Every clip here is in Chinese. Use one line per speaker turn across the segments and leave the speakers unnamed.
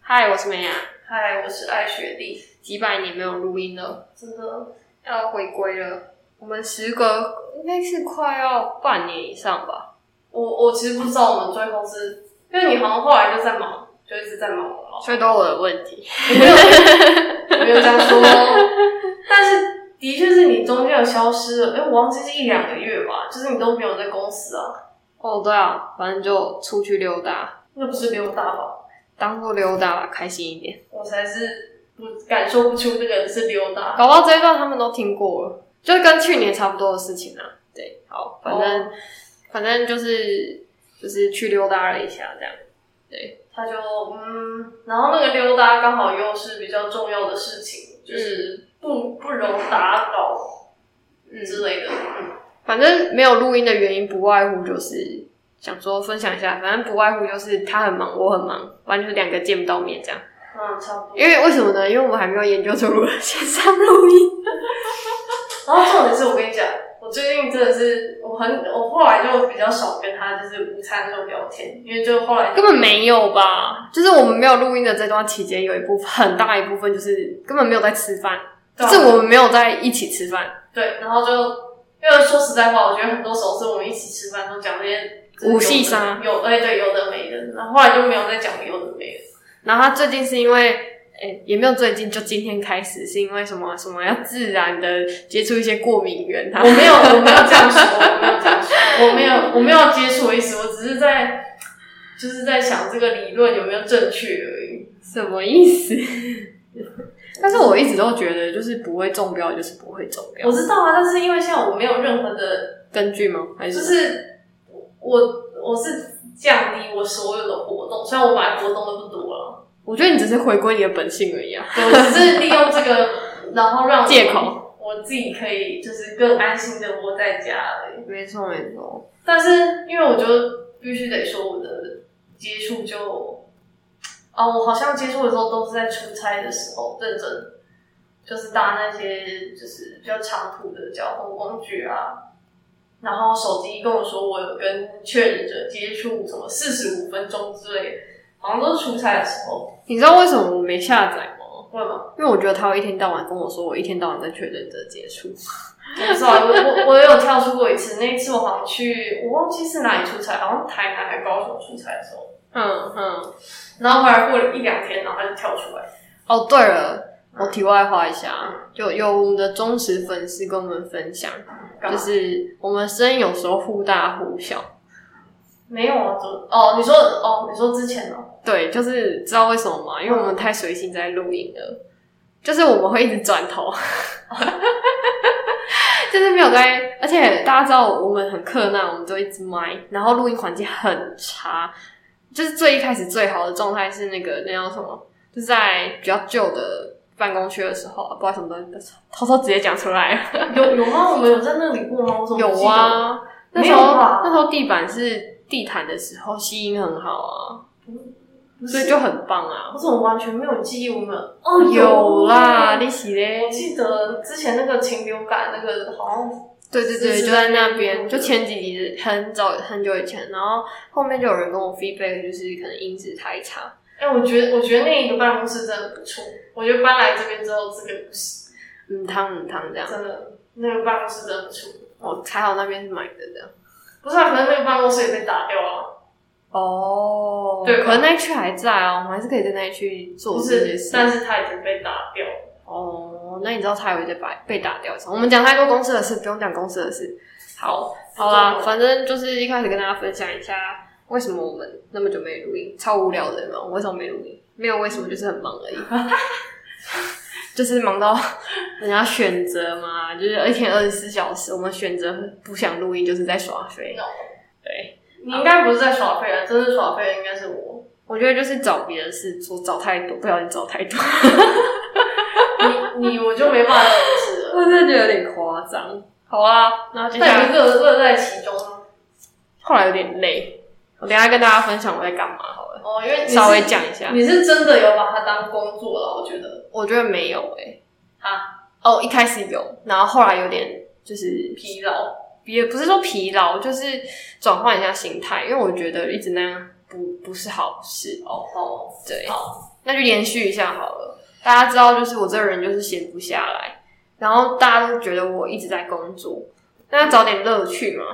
嗨，我是美雅，
嗨，我是艾雪莉，
几百年没有录音了，
真的
要回归了。我们时隔应该是快要半年以上吧，
我我其实不知道我们最后是，因为你好像后来就在忙，就一直在忙了嘛。
所以都我的问题。
我没有，我没有这样说， 但是的确是你中间有消失了，哎、我忘记是一两个月吧，就是你都没有在公司啊，
哦，对啊，反正就出去溜达，
那不是溜达吧？
当做溜达吧，开心一点。
我才是不感受不出这个是溜达。
搞不好这一段他们都听过了，就跟去年差不多的事情啊。对，哦好，反正、反正就是就是去溜达了一下这样。
他就嗯，然后那个溜达刚好又是比较重要的事情，就是不不容打扰
嗯
之类的，嗯。
反正没有录音的原因，不外乎就是想说分享一下，反正不外乎就是他很忙，我很忙，反正就是两个见不到面这样。
嗯，差不多。
因为为什么呢？因为我们还没有研究出如何线上录 音。
然后重点是我跟你讲，我最近真的是，我很，我后来就比较少跟他就是午餐的时候聊天，因为就后来
根本没有吧？就是我们没有录音的这段期间，有一部分很大一部分就是根本没有在吃饭，
对啊
是我们没有在一起吃饭，
对，然后就因为说实在话，我觉得很多时候是我们一起吃饭都讲这些
五系沙
有哎、对有的没的，然后后来就没有再讲有的没的。
然后他最近是因为，诶、也没有最近，就今天开始，是因为什么什么要自然的接触一些过敏源，啊他
我没有，我没有这样说，我没有这样说，我没 有，我没有接触的意思，我只是在就是在想这个理论有没有正确而已。
什么意思？ 但是我一直都觉得，就是不会中标就是不会中标
我，知道啊，但是因为现在我没有任何的
根据吗？还
就是是我我我是降低我所有的活动，虽然我本来活动都不多了，
我觉得你只是回归你的本性而已啊，
对我只是利用这个，然后让我
借口。
我自己可以就是更安心的窝在家而已。
没错没错，
但是因为我就必须得说我的接触就，啊、我好像接触的时候都是在出差的时候认真，就是搭那些就是比较长途的交通工具啊，然后手机跟我说我有跟确诊者接触什么四十五分钟之类的，好像都是出差的时候，
你知道为什么我没下载吗？
会吗？
因为我觉得他会一天到晚跟我说，我一天到晚跟确诊者接触。
我不知道，我我我有跳出过一次，那一次我好像去，我忘记是哪里出差，好像台南还高雄出差的时候，
嗯嗯，
然后后来过了一两天，然后他就跳出来。
哦对了，我题外话一下，啊就有我们的忠实粉丝跟我们分享，
干
就
嘛
是我们声音有时候忽大忽小。
没有啊，怎么哦？你说哦，你说之前哦，
对，就是知道为什么吗？因为我们太随性在录音了，就是我们会一直转
哦
头， 就是没有在，而且大家知道我们很克难，我们就一直麦，然后录音环境很差，就是最一开始最好的状态是那个那叫什么，就是在比较旧的办公区的时候，啊不知道什么东西，偷偷直接讲出来了。
有有吗？我们有在那里过吗？我怎么不记
有
得，
啊，那时
没
候
有吧
那时候地板是地毯的时候，吸音很好啊，
不是
所以就很棒啊。
我怎么完全没有记忆？我们哦
有啦，
有
你洗嘞
我？记得之前那个禽流感那个好像
对对对，
是
就在那边，就前几集很早很久以前，然后后面就有人跟我 feedback，就是可能音质太差。
哎、我觉得我觉得那一个办公室真的不错，我觉得搬来这边之后，这个不行，
嗯，汤嗯汤这样，
真的那个办公室真的不错。
哦，还好那边是买的这样。
不是啊，可能那个办公室也被打掉了、
哦
对吧
可能那一区还在啊，我们还是可以在那一区
不
做这些
是，
事。
但是它已经被打掉了。
哦，那你知道他有在把被打掉一场我们讲太多公司的事，不用讲公司的事。好，好啦，反正就是一开始跟大家分享一下，为什么我们那么久没录音，超无聊的嘛。我为什么没录音？没有为什么，就是很忙而已。 就是忙到 人家选择嘛，就是一天二十四小时，我们选择不想录音，就是在耍废。对，
你应该不是在耍废啊，真正耍废的应该是我。
我觉得就是找别的事做，找太多，不小心找太多，
你你我就没办法解 释了。
我真的觉得有点夸张。好啊，那接下来
但你乐乐在其中
后来有点累，我等一下跟大家分享我在干嘛好了，
哦，因为你是
稍微，讲一下。
你是真的有把它当工作了，我觉得
我觉得没有哎、
啊，
哦，一开始有，然后后来有点就是
疲劳。
也不是说疲劳，就是转换一下心态，因为我觉得一直那样不不是好事。
哦哦，
对，
好，
那就延续一下好了。大家知道，就是我这个人就是闲不下来，然后大家都觉得我一直在工作，那要找点乐趣嘛。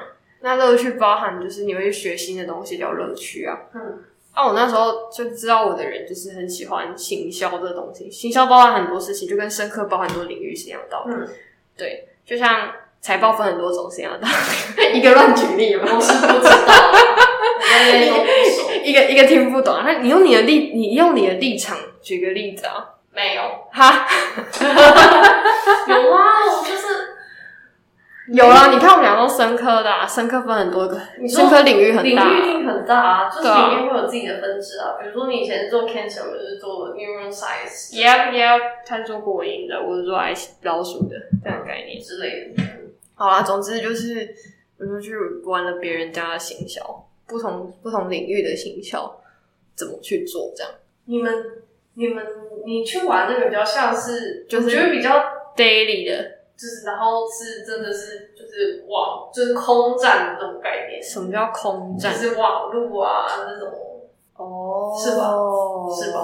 那乐趣包含就是你会去学新的东西叫乐趣啊。
嗯，
啊，我那时候就知道我的人就是很喜欢行销这东西，行销包含很多事情，就跟深刻包含很多领域是一样的道理。
嗯，
对，就像财报分很多种是一样的道理，一 个乱举例嘛。
我是不知道， 我跟那些都不熟，
一个一个听不懂啊，那你用你的立，你用你的立场举个例子啊，
没有，
哈，
有啊，我就是
有啦，你看我们俩都深科的、啊，深科分很多个，
你说
深科领域很
领
大，
域一定很大啊，就是
对啊
里面会有自己的分支啊，比如说你以前做 cancer，我就是做 neuroscience
yep yep，他是做果蝇的，我是做爱老鼠的这样的概念。
之类的，
好啦，总之就是我就去玩了别人家的行销，不同不同领域的行销怎么去做这样。
你们。你们，你去玩那个比较像是，
就是
我觉得比较
daily 的，
就是，然后是真的是就是网，就是空战的那种概念，
什么叫空
就
战？
是网路啊那种。
哦
是吧是吧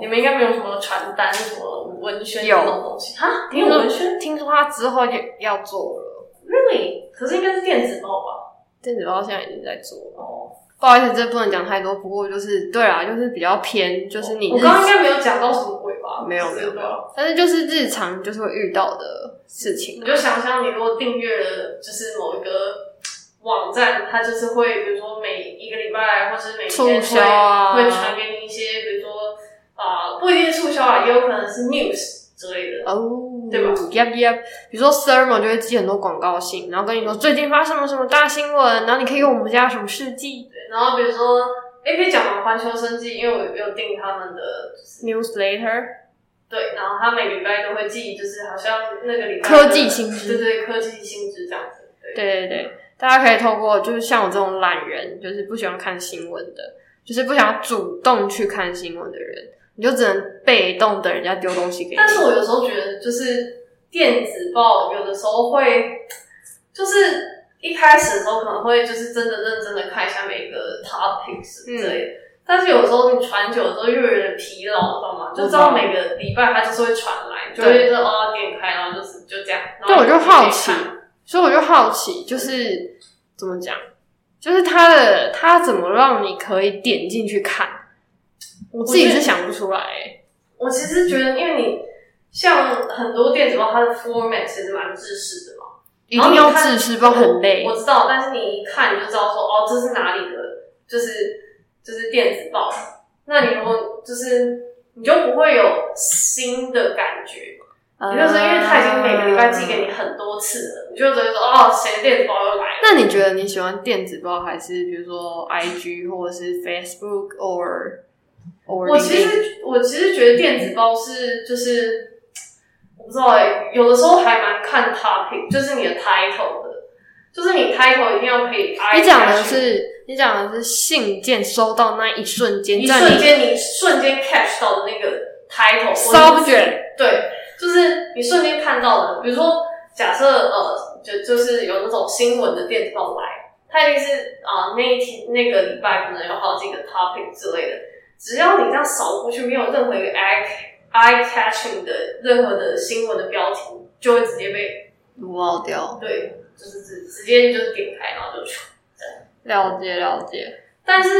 你们应该没有什么传单、什么文宣
有
这种东西哈？你
听
有文
说
宣
听说他之后就要做了。
？Really？可是应该是电子报吧？
电子报现在已经在做了。
哦，
不好意思，这不能讲太多。不过就是对啦，就是比较偏，就是你
我
日
刚刚应该没有讲到什么鬼吧？
没有
就是
没有没
对啊
有，但是就是日常就是会遇到的事情
你。就想象你如果订阅了就是某一个网站，它就是会比如说每一个礼拜或是每一天
促销啊
会会传给你一些，比如说啊、不一定是促销啊，也有可能是 news 之类的。
哦，
对吧
？Yep Yep，比如说 Thermo 就会寄很多广告信，然后跟你说最近发生了什么大新闻，然后你可以用我们家什么事迹
对，然后比如说，哎，可以讲吗？环球生技，因为我有订他们的，
newsletter。
对，然后他每个礼拜都会寄，就是好像那个礼拜的
科技新知
对对，科技新知这样子。对，
对对对，大家可以透过就是像我这种懒人，就是不喜欢看新闻的，就是不想主动去看新闻的人，你就只能被动等人家丢东西给你。
但是我有时候觉得，就是电子报有的时候会，就是一开始的时候可能会就是真的认真的看一下每个 topics
嗯
之类的。但是有时候你传久了之后，又有点疲劳，知道吗？就知道每个礼拜它就是会传来，你就会说哦点开，然后就是就这样。然后
对，我就
你可以
好奇
看，
所以我就好奇，就是怎么讲，就是他的他怎么让你可以点进去看，我自己是想不出来、欸。
我其实觉得，因为你像很多电子报，它的 format 其实蛮制式的嘛，
一定要自私，不然很累
我。知道，但是你一看你就知道说，哦，这是哪里的，就是就是电子报。那你如果就是你就不会有新的感觉，
嗯
也就是因为它已经每个礼拜寄给你很多次了，你就觉得说，哦，谁的电子报又来了？
那你觉得你喜欢电子报还是比如说 IG 或者是 Facebook or or
我其
LinkedIn？
实我其实觉得电子报是就是我不知道哎、有的时候还蛮看 topic，就是你的 title 的，就是你 title 一定要可以挨
你讲的
下去
是你讲的是信件收到那一瞬间，
一
在
瞬
你
间你瞬间 catch 到的那个 title 或者
subject
是对，就是你瞬间看到的，比如说假设呃，就就是有那种新闻的电子报来，它一定是啊、呃那一天那个礼拜可能有好几个 topic 之类的，只要你这样扫过去，没有任何一个 eye eye catching 的任何的新闻的标题，就会直接被
读忘掉。
对，就是直直接就是点开，然后就去。
了解了解。
但是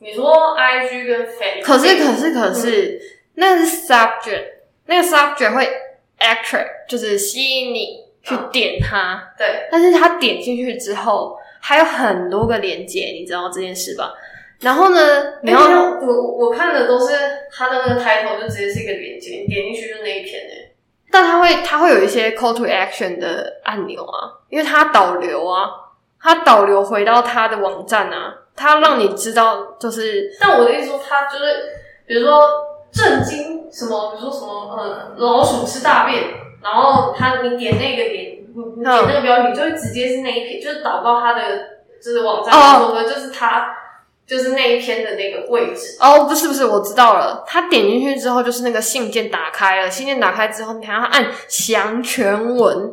你说 I G 跟 Facebook，
可是可是
嗯
可是，那是 subject，那个 subject 会 attract，就是吸引你去
嗯
点它，
对。
但是它点进去之后，还有很多个连接，你知道这件事吧？然后呢，你
没有，
要
我哎我我看的都是他的那个 title 就直接是一个连接，你点进去就那一篇欸诶、
但它会它会有一些 call to action 的按钮啊，因为它导流啊，它导流回到它的网站啊，它让你知道就是
但我的意思说，他就是比如说震惊什么，比如说什么呃老鼠吃大便，然后他你点那个连，你
嗯
你点那个标题，就会直接是那一篇，就是导到他的就是网站，
哦
或者说就是他就是那一篇的那个位置。
哦，不是不是，我知道了，它点进去之后就是那个信件打开了，信件打开之后你还要按详全文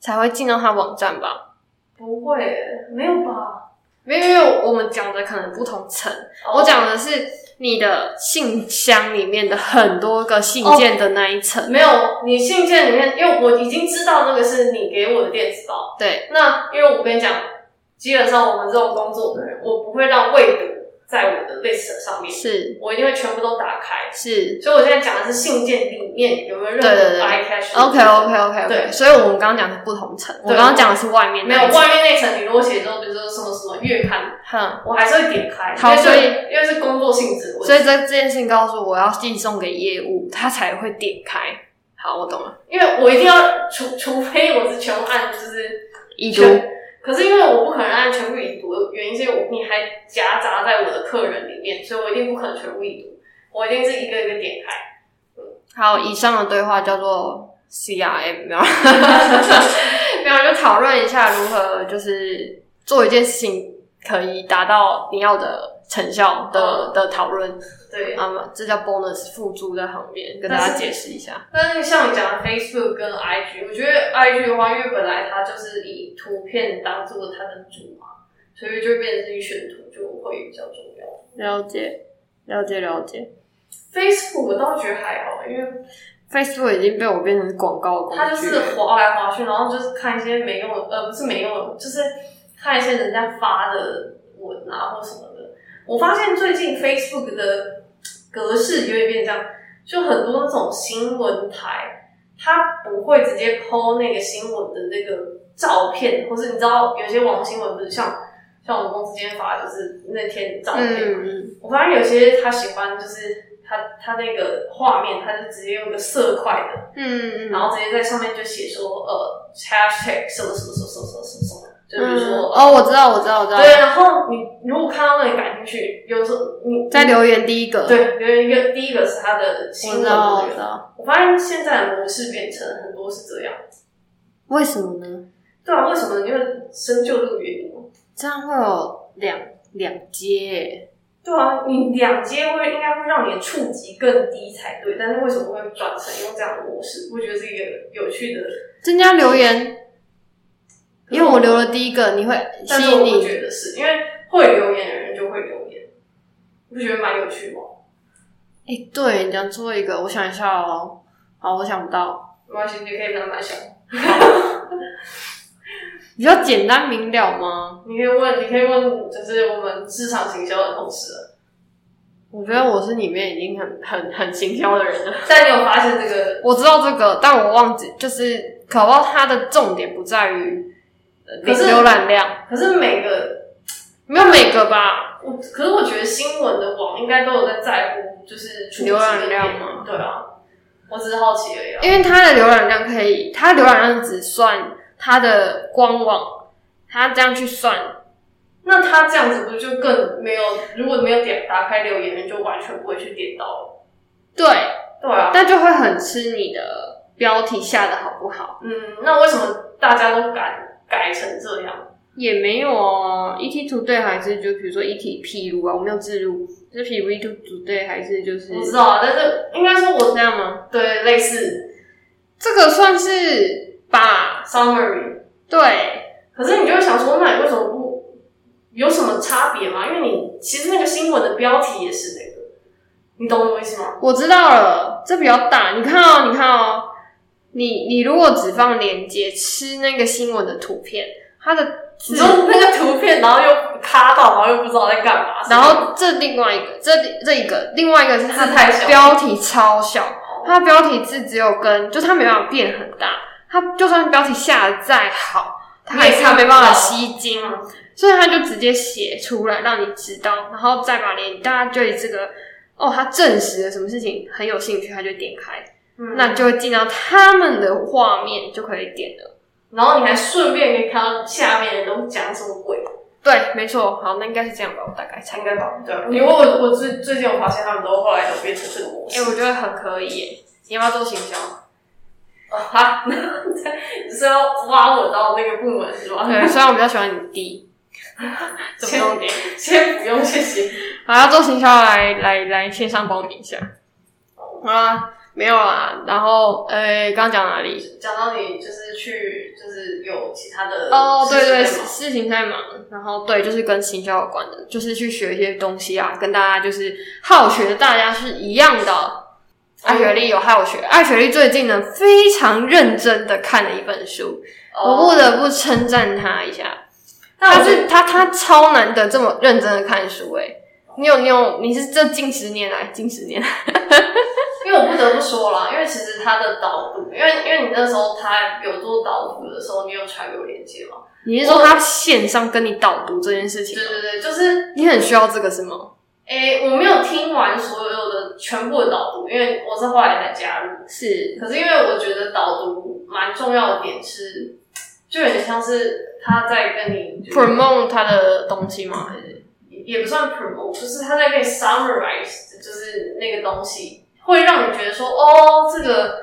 才会进到它网站吧？
不会、欸，没有吧？
没有，因为我们讲的可能不同层。我讲的是你的信箱里面的很多个信件的那一层。
没有，你信件里面，因为我已经知道那个是你给我的电子报。
对，
那因为我跟你讲，基本上我们这种工作的人，我不会让未读在我的 list 上面，
是
我一定会全部都打开。
是
所以我现在讲的是信件里面有没有任
对对
何
对
i cash。
，OK OK OK
对
OK。所以我们刚刚讲的是不同层，我
对
刚刚讲的是外面
没
那
有
一层，
外面那层，你如果写说，比如说什么什么月刊，
哼。
我还是会点开。
好
因为
所以
因为是工作性质，我
所以这这件事情告诉我要寄送给业务，他才会点开。好，我懂了。
因为我一定要除除非我是全部按就是
已读，
全，可是因为我不可能按全部已读的原因，是因为我你还夹杂在我的客人里面，所以我一定不可能全部已读，我一定是一个一个点开。
好，以上的对话叫做 CRM，没有， 没有，就讨论一下如何就是做一件事情可以达到你要的成效的、的讨论
对，
啊，嗯这叫 bonus 附注在旁边跟大家解释一下。
但是像你讲的 Facebook 跟 IG，我觉得 IG 的话，因为本来它就是以图片当做它的主嘛，所以就变成是你选图就会比较重要。
了解，了解，了解。
Facebook 我倒觉得还好，因为
Facebook 已经被我变成广告工具了，
它就是滑来滑去，然后就是看一些没用的，呃，不是没用的，就是看一些人家发的文啊或什么的。我发现最近 Facebook 的格式有点变这样，就很多那种新闻台，它不会直接 PO 那个新闻的那个照片，或是你知道有些网络新闻不是像像我们公司今天发的就是那天的照片嘛，
嗯嗯，
我发现有些他喜欢就是他他那个画面，他就直接用一个色块的，
嗯嗯
然后直接在上面就写说呃 hashtag 什么什么什么什么什么什么什么，就比
嗯
如说、
哦，我知道，我知道，我知道。
对，然后你如果看到那里感兴趣，有时候你
在留言第一个，，
对留言一个第一个是他的
我
新闻
知道，
那
哦我知
个，
道。
我发现现在的模式变成很多是这样，
为什么呢？
对啊，为什么呢？因为深究这个原因。
这样会有两两阶
对啊，你两阶会应该会让你的触及更低才对，但是为什么会转成用这样的模式？我觉得是一个有趣的
欸，增加留言，因为我留了第一个，你会
但
吸
是我
引
不
你。
觉得是因为会留言的人就会留言，不觉得蛮有趣吗？
哎、对你讲错一个，我想一下哦。好，我想不到，
没关系，你可以慢慢想，
比较简单明了吗？
你可以问，你可以问，就是我们市场行销的同事啊。
我觉得我是里面已经很很很行销的人了。
但你有发现这个
我知道这个，但我忘记，就是可不，它的重点不在于呃
可是
浏览量，
可是每个
没有每个吧？
我，可是我觉得新闻的网应该都有在在乎，就是触及
浏览
的
量
点
吗？
对啊，我只是好奇而已、啊。
因为它的浏览量可以，它浏览量只算它的官网，它这样去算，
那他这样子不就更没有？如果没有点打开留言，就完全不会去点到了。
对，
对啊，
但就会很吃你的标题下的好不好？
嗯，那为什么大家都改改成这样？
也没有哦，ET Today 还是就比如说 ET 披露啊，我没有置入，就是披露 ET Today 还是就是
我知道啊，但是应该说我
这样吗？
对类似
这个算是吧？
summary，
对，
可是你就会想说，那你为什么不有什么差别吗？因为你其实那个新闻的标题也是那个，你懂我意思吗？
我知道了，这比较大，你看哦，你看哦。你你如果只放链接吃那个新闻的图片，它的字
你说那个图片，然后又卡到，然后又不知道在干嘛，
然后这另外一个，这这一个，另外一个是它
字太小
的 标题超小，它的标题字只有跟，就它没办法变很大，它就算标题下的再好，它还是没办法吸睛，所以它就直接写出来让你知道，然后再把连大家对这个哦，它证实了什么事情很有兴趣，他就点开，
嗯
那就会进到他们的画面就可以点了。
然后你还顺便可以看到下面人都讲什么鬼。
对，没错，好，那应该是这样吧，我大概猜
应。该吧？对啊，因为我我最最近我发现他们都后来有变成这个模
哎、
式。
我觉得很可以耶，你要不要做行销？
啊哈，你是要挖我到那个部门是吧？
对，虽然我比较喜欢你弟，怎么重点？
先不用，谢谢。
好，要做行销来来来线上报名一下。好啦，啊没有啦，然后呃，刚刚讲哪里？
讲到你就是去，就是有其他的
哦，对对，
事情
事
吗
事情太忙，然后对，就是跟行销有关的，就是去学一些东西啊，跟大家就是好学的大家是一样的。艾雪莉有好学，艾雪莉最近呢非常认真的看了一本书，我
哦
不得不称赞她一下，
但
她
我
是她她超难得这么认真的看书诶、你有你有你是这近十年来近十年来
因为我不得不说啦，因为其实他的导读，因为因为你那时候他有做导读的时候，你有传给我链接吗？
你是说她线上跟你导读这件事情
对
吗，
对对，就是
你很需要这个是吗？
诶、我没有听完所有的全部的导读，因为我是后来才加入。
是
可是因为我觉得导读蛮重要的点是，就有点像是他在跟你就是
promote 她的东西吗？还是
也不算 promote，就是他在给你 summarize，就是那个东西，会让你觉得说，哦，这个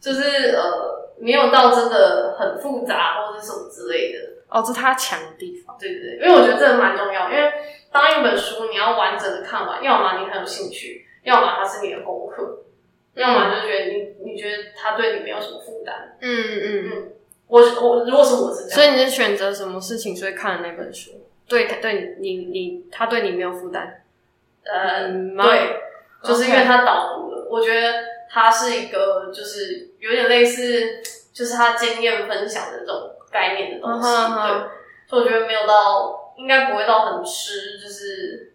就是呃，没有到真的很复杂或者什么之类的。
哦，这是他强的地方。
对对对，因为我觉得这个蛮重要，因为当一本书你要完整的看完，要么你很有兴趣，要么它是你的功课，要么就是觉得你你觉得它对你没有什么负担。
嗯嗯。
我我如果是我是这
所
样，
以你是选择什么事情，所以看了那本书，对他对你你你他对你没有负担。
呃，
嗯吗
对，就是因为
OK
它导读了，我觉得它是一个就是有点类似，就是它经验分享的这种概念的东西，
嗯哼嗯哼
对，所以我觉得没有到，应该不会到很吃，就是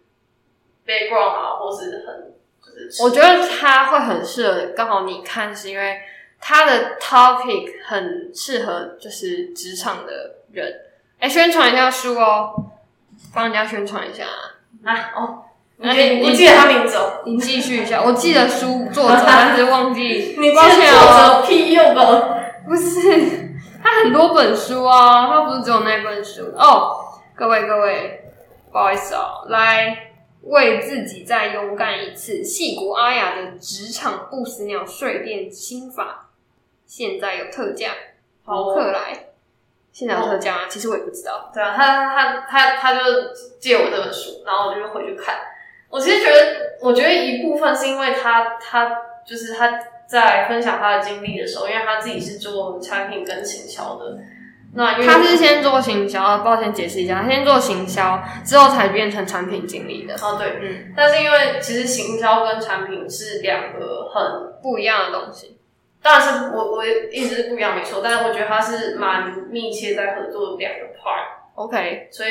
background 啊，或是很就是吃
我觉得他会很适合，刚好你看是因为他的 topic 很适合就是职场的人。哎、宣传一下书哦，帮人家宣传一下。
啊哦，你
哎
记
你
你记得他名字哦？
你继续一下，我记得书作者，但是忘记
你记
抱
得
歉哦。
作者屁用哦？
不是，他很多本书啊，他不是只有那本书哦。各位各位，不好意思哦，来为自己再勇敢一次。戏骨阿雅的职场不死鸟睡垫心法，现在有特价，豪客来，现在有特价吗？其实我也不知道。
对啊，他他他他就借我这本书，然后我就回去看。我其实觉得，我觉得一部分是因为他他就是他在分享他的经历的时候，因为他自己是做产品跟行销的，那因为
他是先做行销，抱歉解释一下，他先做行销之后才变成产品经理的，
哦对，
嗯，
但是因为其实行销跟产品是两个很
不一样的东西。
当然是我我一直是不一样没错，但是我觉得它是蛮密切在合作的两个 part，
OK，
所以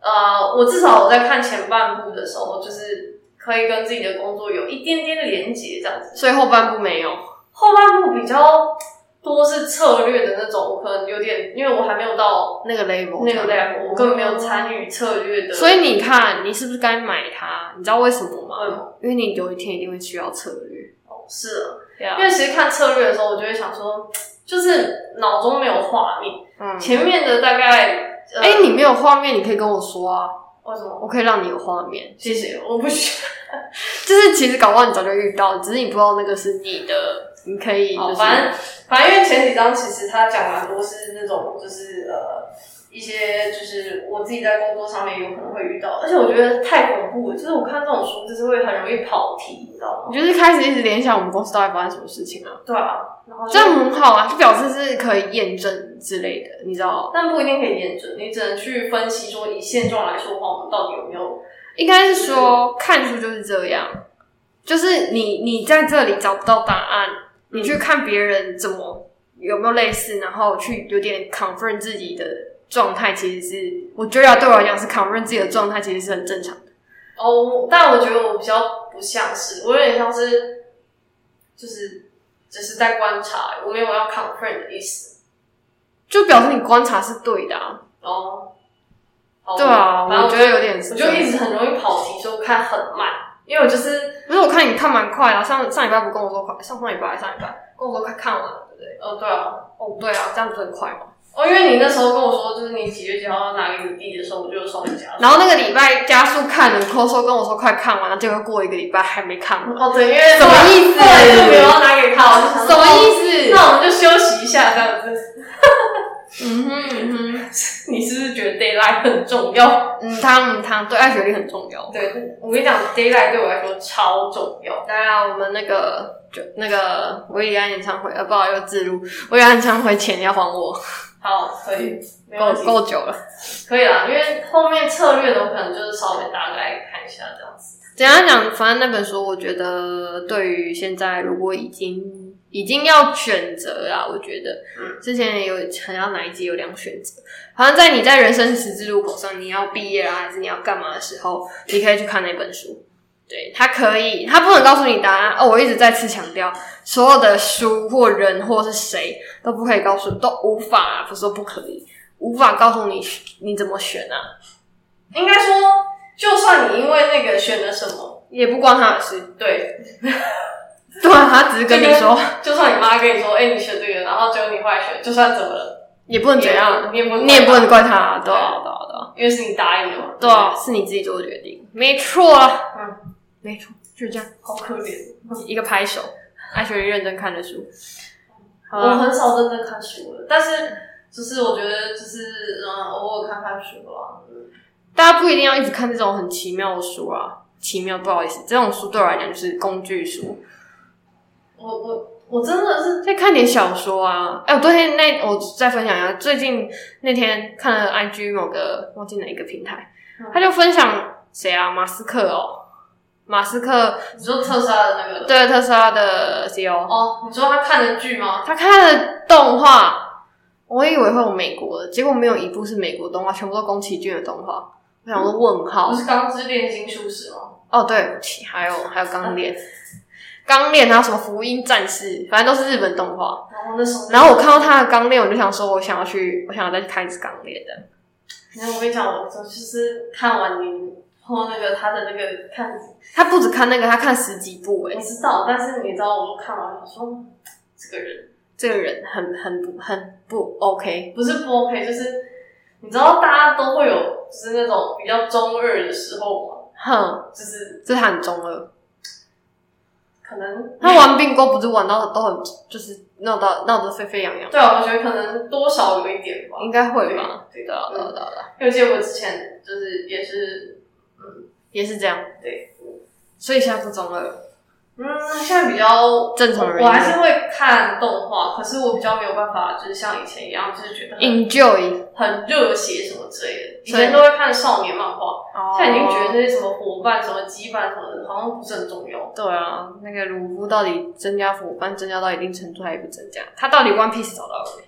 呃，我至少我在看前半部的时候，就是可以跟自己的工作有一点点的连接这样子。
所以后半部没有。
后半部比较多是策略的那种，我可能有点，因为我还没有到
那个 label，
那个
这样
level，我根本没有参与策略的，
所以你看，你是不是该买它？你知道为什么
为什
吗？因为你有一天一定会需要策略。
是啊，
对
因为其实看策略的时候，我就会想说，就是脑中没有画面，
嗯，
前面的大概，呃
哎、你没有画面，你可以跟我说啊，
为什么？
我可以让你有画面。
谢谢，我不需要。
就是其实搞不好你早就遇到，只是你不知道那个是你的，你可以就
好，
是。
反正反正因为前几章其实他讲蛮多是那种就是呃一些就是我自己在工作上面有可能会遇到，而且我觉得太恐怖了，就是我看这种书就是会很容易跑题，你知道吗？
你就是开始一直联想我们公司到底发生什么事情啊，
对啊，然后就
这样很好啊，就表示是可以验证之类的，你知道？
但不一定可以验证，你只能去分析说以现状来说的话，我们到底有没有
应该是说看书就是这样，就是你你在这里找不到答案，你去看别人怎么有没有类似，然后去有点 confirm 自己的状态，其实是我觉得啊对我来讲是 confirm 自己的状态，其实是很正常的。
哦，但我觉得我比较不像是，我有点像是就是只是在观察，我没有要 confirm 的意思。
就表示你观察是对的啊，
哦，好
对啊，
反正
我觉得有点是
我
这
就
样，
一直很容易跑题，所以我看很慢，因为我就是
不是我看你看蛮快啊，上上礼拜不跟我说快，上上礼拜上礼拜跟我说快看完了，对不对？
呃，对啊，
哦，对啊，这样子很快嘛。
哦，因为你那时候跟我说，就是你几月几号要拿给你弟的时候，我就稍微加速。
然后那个礼拜加速看了，扣说跟我说快看完了，结果过一个礼拜还没看完。
哦，对，因为
什么意思
后来就没有要拿给他，我就想
哦
哦
什么
思？
意思？
那我们就休息一下，这样子。
嗯哼嗯哼，
你是不是觉得 d a daylight 很重要。
嗯，他嗯他对爱学历很重要。
对，我跟你讲，daylight 对我来说超重要。
当然，我们那个就那个维里安演唱会，呃，不好意思，又自录维里安演唱会钱要还我，
好，可以，没
够
问题，
够久了。
可以啊啦。因为后面策略的我可能就是稍微大概看一下这样子。
简单讲，反正那本书，我觉得对于现在如果已经已经要选择啦，我觉得
嗯
之前有好像哪一集有两个选择，好像在你在人生十字路口上，你要毕业啦，啊还是你要干嘛的时候，你可以去看那本书。对，它可以，它不能告诉你答案哦。我一直再次强调，所有的书或人或是谁都不可以告诉，都无法、啊，不是说不可以，无法告诉你你怎么选啊，
应该说，就算你因为那个选了什么，
也不关他的事。
对，
对啊，他只是跟你说，
就算你妈跟你说，哎、你选这个，然后结果你后来选，就算怎么了，
也不能怎样，
你也不
你也不能，怪他啊，对啊，对啊，对啊，
因为是你答应的嘛。
对啊，是你自己做的决定，没错啊，
嗯，
没错，就是这样，
好可怜。
一个拍手，爱学历认真看的书，好
我
啊，
很少认真看书了，但是就是我觉得就是嗯，偶尔看看书啊。嗯
大家不一定要一直看这种很奇妙的书啊，奇妙，不好意思，这种书对我来讲就是工具书，
我我我真的是
再看点小说啊，哎，我昨天那我再分享一下，最近那天看了 IG 某个忘记哪一个平台
嗯，
他就分享谁啊，马斯克哦，马斯克
你说特斯拉的那个
对特斯拉的 E CEO。
哦，你说他看的剧吗？
他看的动画，我以为会有美国的，结果没有一部是美国动画，全部都宫崎骏的动画。我想说问号
不，是《钢之炼金术士》吗？
哦对不起，还有还有钢炼，钢炼还有什么福音战士，反正都是日本动画。
然后那时候，
然后我看到他的钢炼，我就想说，我想要去，我想要再去看一次钢炼的。
然后我跟你讲，我就是看完你后那个他的那个看，
他不止看那个，他看十几部欸诶、
我知道，但是你知道，我看完我说这个人
这个人很很不很不 OK。
不是不 OK，就是你知道大家都会有就是那种比较中二的时候嘛，
哼，
就是
这他很中二。
可能
他玩并购不是玩到都很就是闹到闹得沸沸扬扬，
对啊，我觉得可能多少有一点吧。
应该会吧？
对
对啊，对啊，对啊，对啊
因为我记得我之前就是也是，
也是这样，
对，
所以现在不中二，
嗯，现在比较
正常人
我还是会看动画，可是我比较没有办法，就是像以前一样，就是觉得很
enjoy，
很热血什么之类的。以
所以
前都会看少年漫画，
哦
现在已经觉得那些什么伙伴、什么羁绊什么的，好像不是很重要。
对啊，那个鲁夫到底增加伙伴增加到一定程度还不增加？他到底 One Piece 找到了没？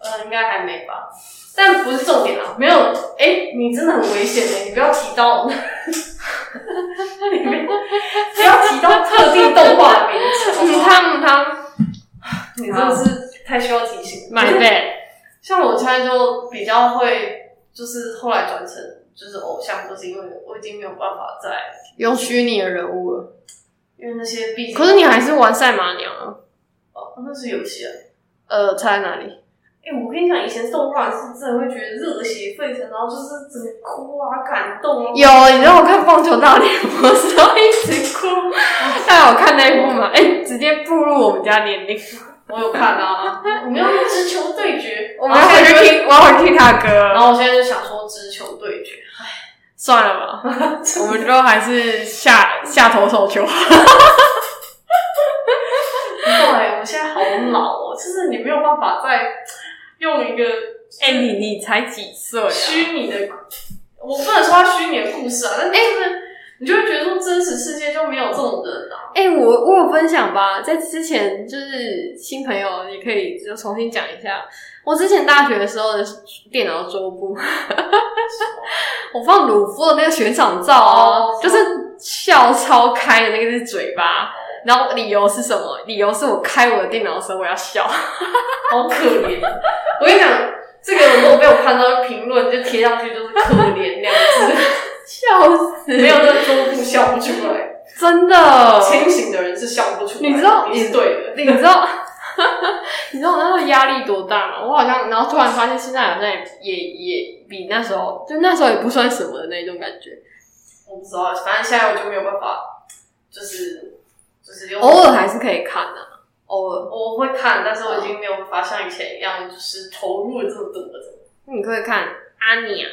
呃，应该还没吧。但不是重点啊，没有。哎、你真的很危险的、你不要提到， 你不要提到特定动画的名字。好不
嗯，
好
他嗯他
你真的是太需要提 醒。
买呗，
像我现在就比较会，就是后来转成就是偶像，就是因为我已经没有办法再，
用虚拟的人物了，
因为那些毕竟
可是你还是玩赛马娘啊？
哦，那是游戏啊。
呃，差在哪里？
哎、我跟你讲，以前动画是真的会觉得热血沸腾，然后就是整个哭啊、感动啊。
有，你知道我看棒球大联盟的时候一直哭，但我看那一部嘛，哎、直接步入我们家年龄，
我有看啊， 我们要直球对决，
我们要回去
然后现在就。
听，我要回去听他的歌了
然后我现在就想说直球对决，
算了 吧，我们就还是下下投手球。
对，我现在好老哦，就是你没有办法再用一个
哎、你你才几岁啊？
虚拟的，我不能说它虚拟的故事啊，但就是你就会觉得说真实世界就没有这种人 啊。
哎、我我有分享吧，在之前就是新朋友，也可以就重新讲一下。我之前大学的时候的电脑桌布，我放鲁夫的那个学长照啊
哦
就是笑超开的那个是嘴巴。然后理由是什么？理由是我开我的电脑的时候我要笑，
好可怜。我跟你讲，这个如果被我看到评论，就贴上去就是可怜两个字，
笑死！
没有那桌布笑不出 来，
真的，
清醒的人是笑不出来。
哦你知道
你是对的，
你知道，你知道我那时候压力多大吗？我好像，然后突然发现现在好像也也也比那时候，就那时候也不算什么的那种感觉，
我不知道，反正现在我就没有办法，就是就是用
偶尔还是可以看的、偶尔。
我会看，但是我已经没有办法像以前一样，就是投入了这么多了。
你可以看阿尼亚，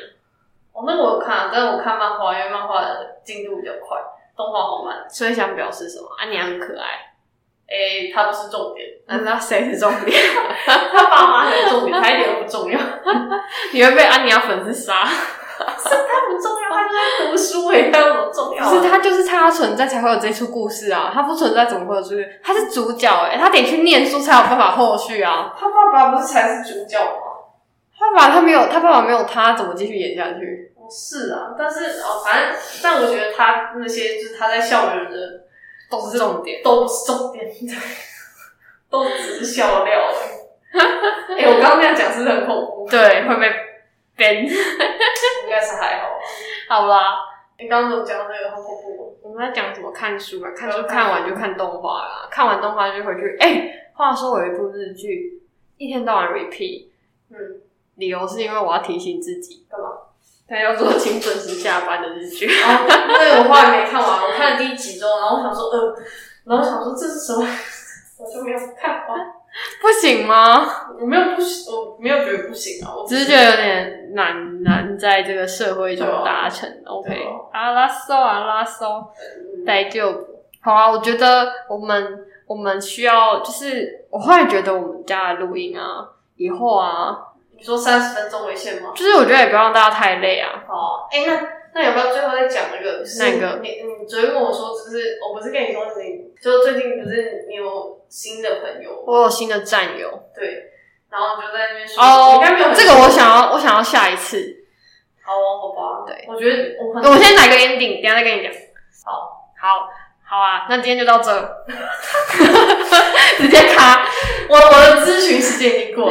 哦，那个我有看，但是我看漫画，因为漫画的进度比较快，动画好慢。
所以想表示什么？啊，你很可爱，
诶、它不是重点，
啊那谁是重点？
他爸妈才是重点，他一点都不重要，
你会被安妮亚粉丝杀？
他不重要，他就在读书诶、他有什么重要、啊
不是，，他就是他存在才会有这出故事啊，他不存在怎么会有出去？他是主角哎、他得去念书才有办法后续啊。
他爸爸不是才是主角吗？
他爸爸他没有，他爸爸没有他怎么继续演下去？
哦，是啊，但是哦，反正，但我觉得他那些就是他在校园的
都是重点。
都不是重点，对， 都只是笑料而已。 哎、我刚刚那样讲是不是很恐怖，
对，会被 ban。
应该是还好吧。
好啦，
你刚刚怎么讲那个很恐怖？哦
我们在讲什么看书啊？看书看完就看动画啦，看完动画就回去。哎、话说我有一部日剧，一天到晚 repeat，
嗯，
理由是因为我要提醒自己
干嘛？
他要做请准时下班的日剧。
然后那个我后来没看完，我看了第一集之后，然后我想说，呃，然后想说这是什么， 我就没有看完。
不行吗？
我没有不行，我没有觉得不行啊，我
只是觉得有点难难在这个社会中达成。OK，
对啊
阿拉索阿拉索。
嗯
待就好啊！我觉得我们我们需要，就是我后来觉得我们家的录音啊，以后啊，
你说三十分钟为限吗？
就是我觉得也不要让大家太累啊。
好、啊，哎、那那有没有最后再讲那个？就是
哪个
你你昨天跟我说，就是我不是跟你说你，就最近不是你有新的朋友吗，
我有新的战友
对，然后你就在那边说，
哦
你应该没有很
这个我想要，我想要下一次。
好哦，好吧，
对
我觉得我很
我先来个 ending，等一下再跟你讲。
好，
好，好啊，那今 天就到这，直接卡。
我我的咨询时间已经过 啊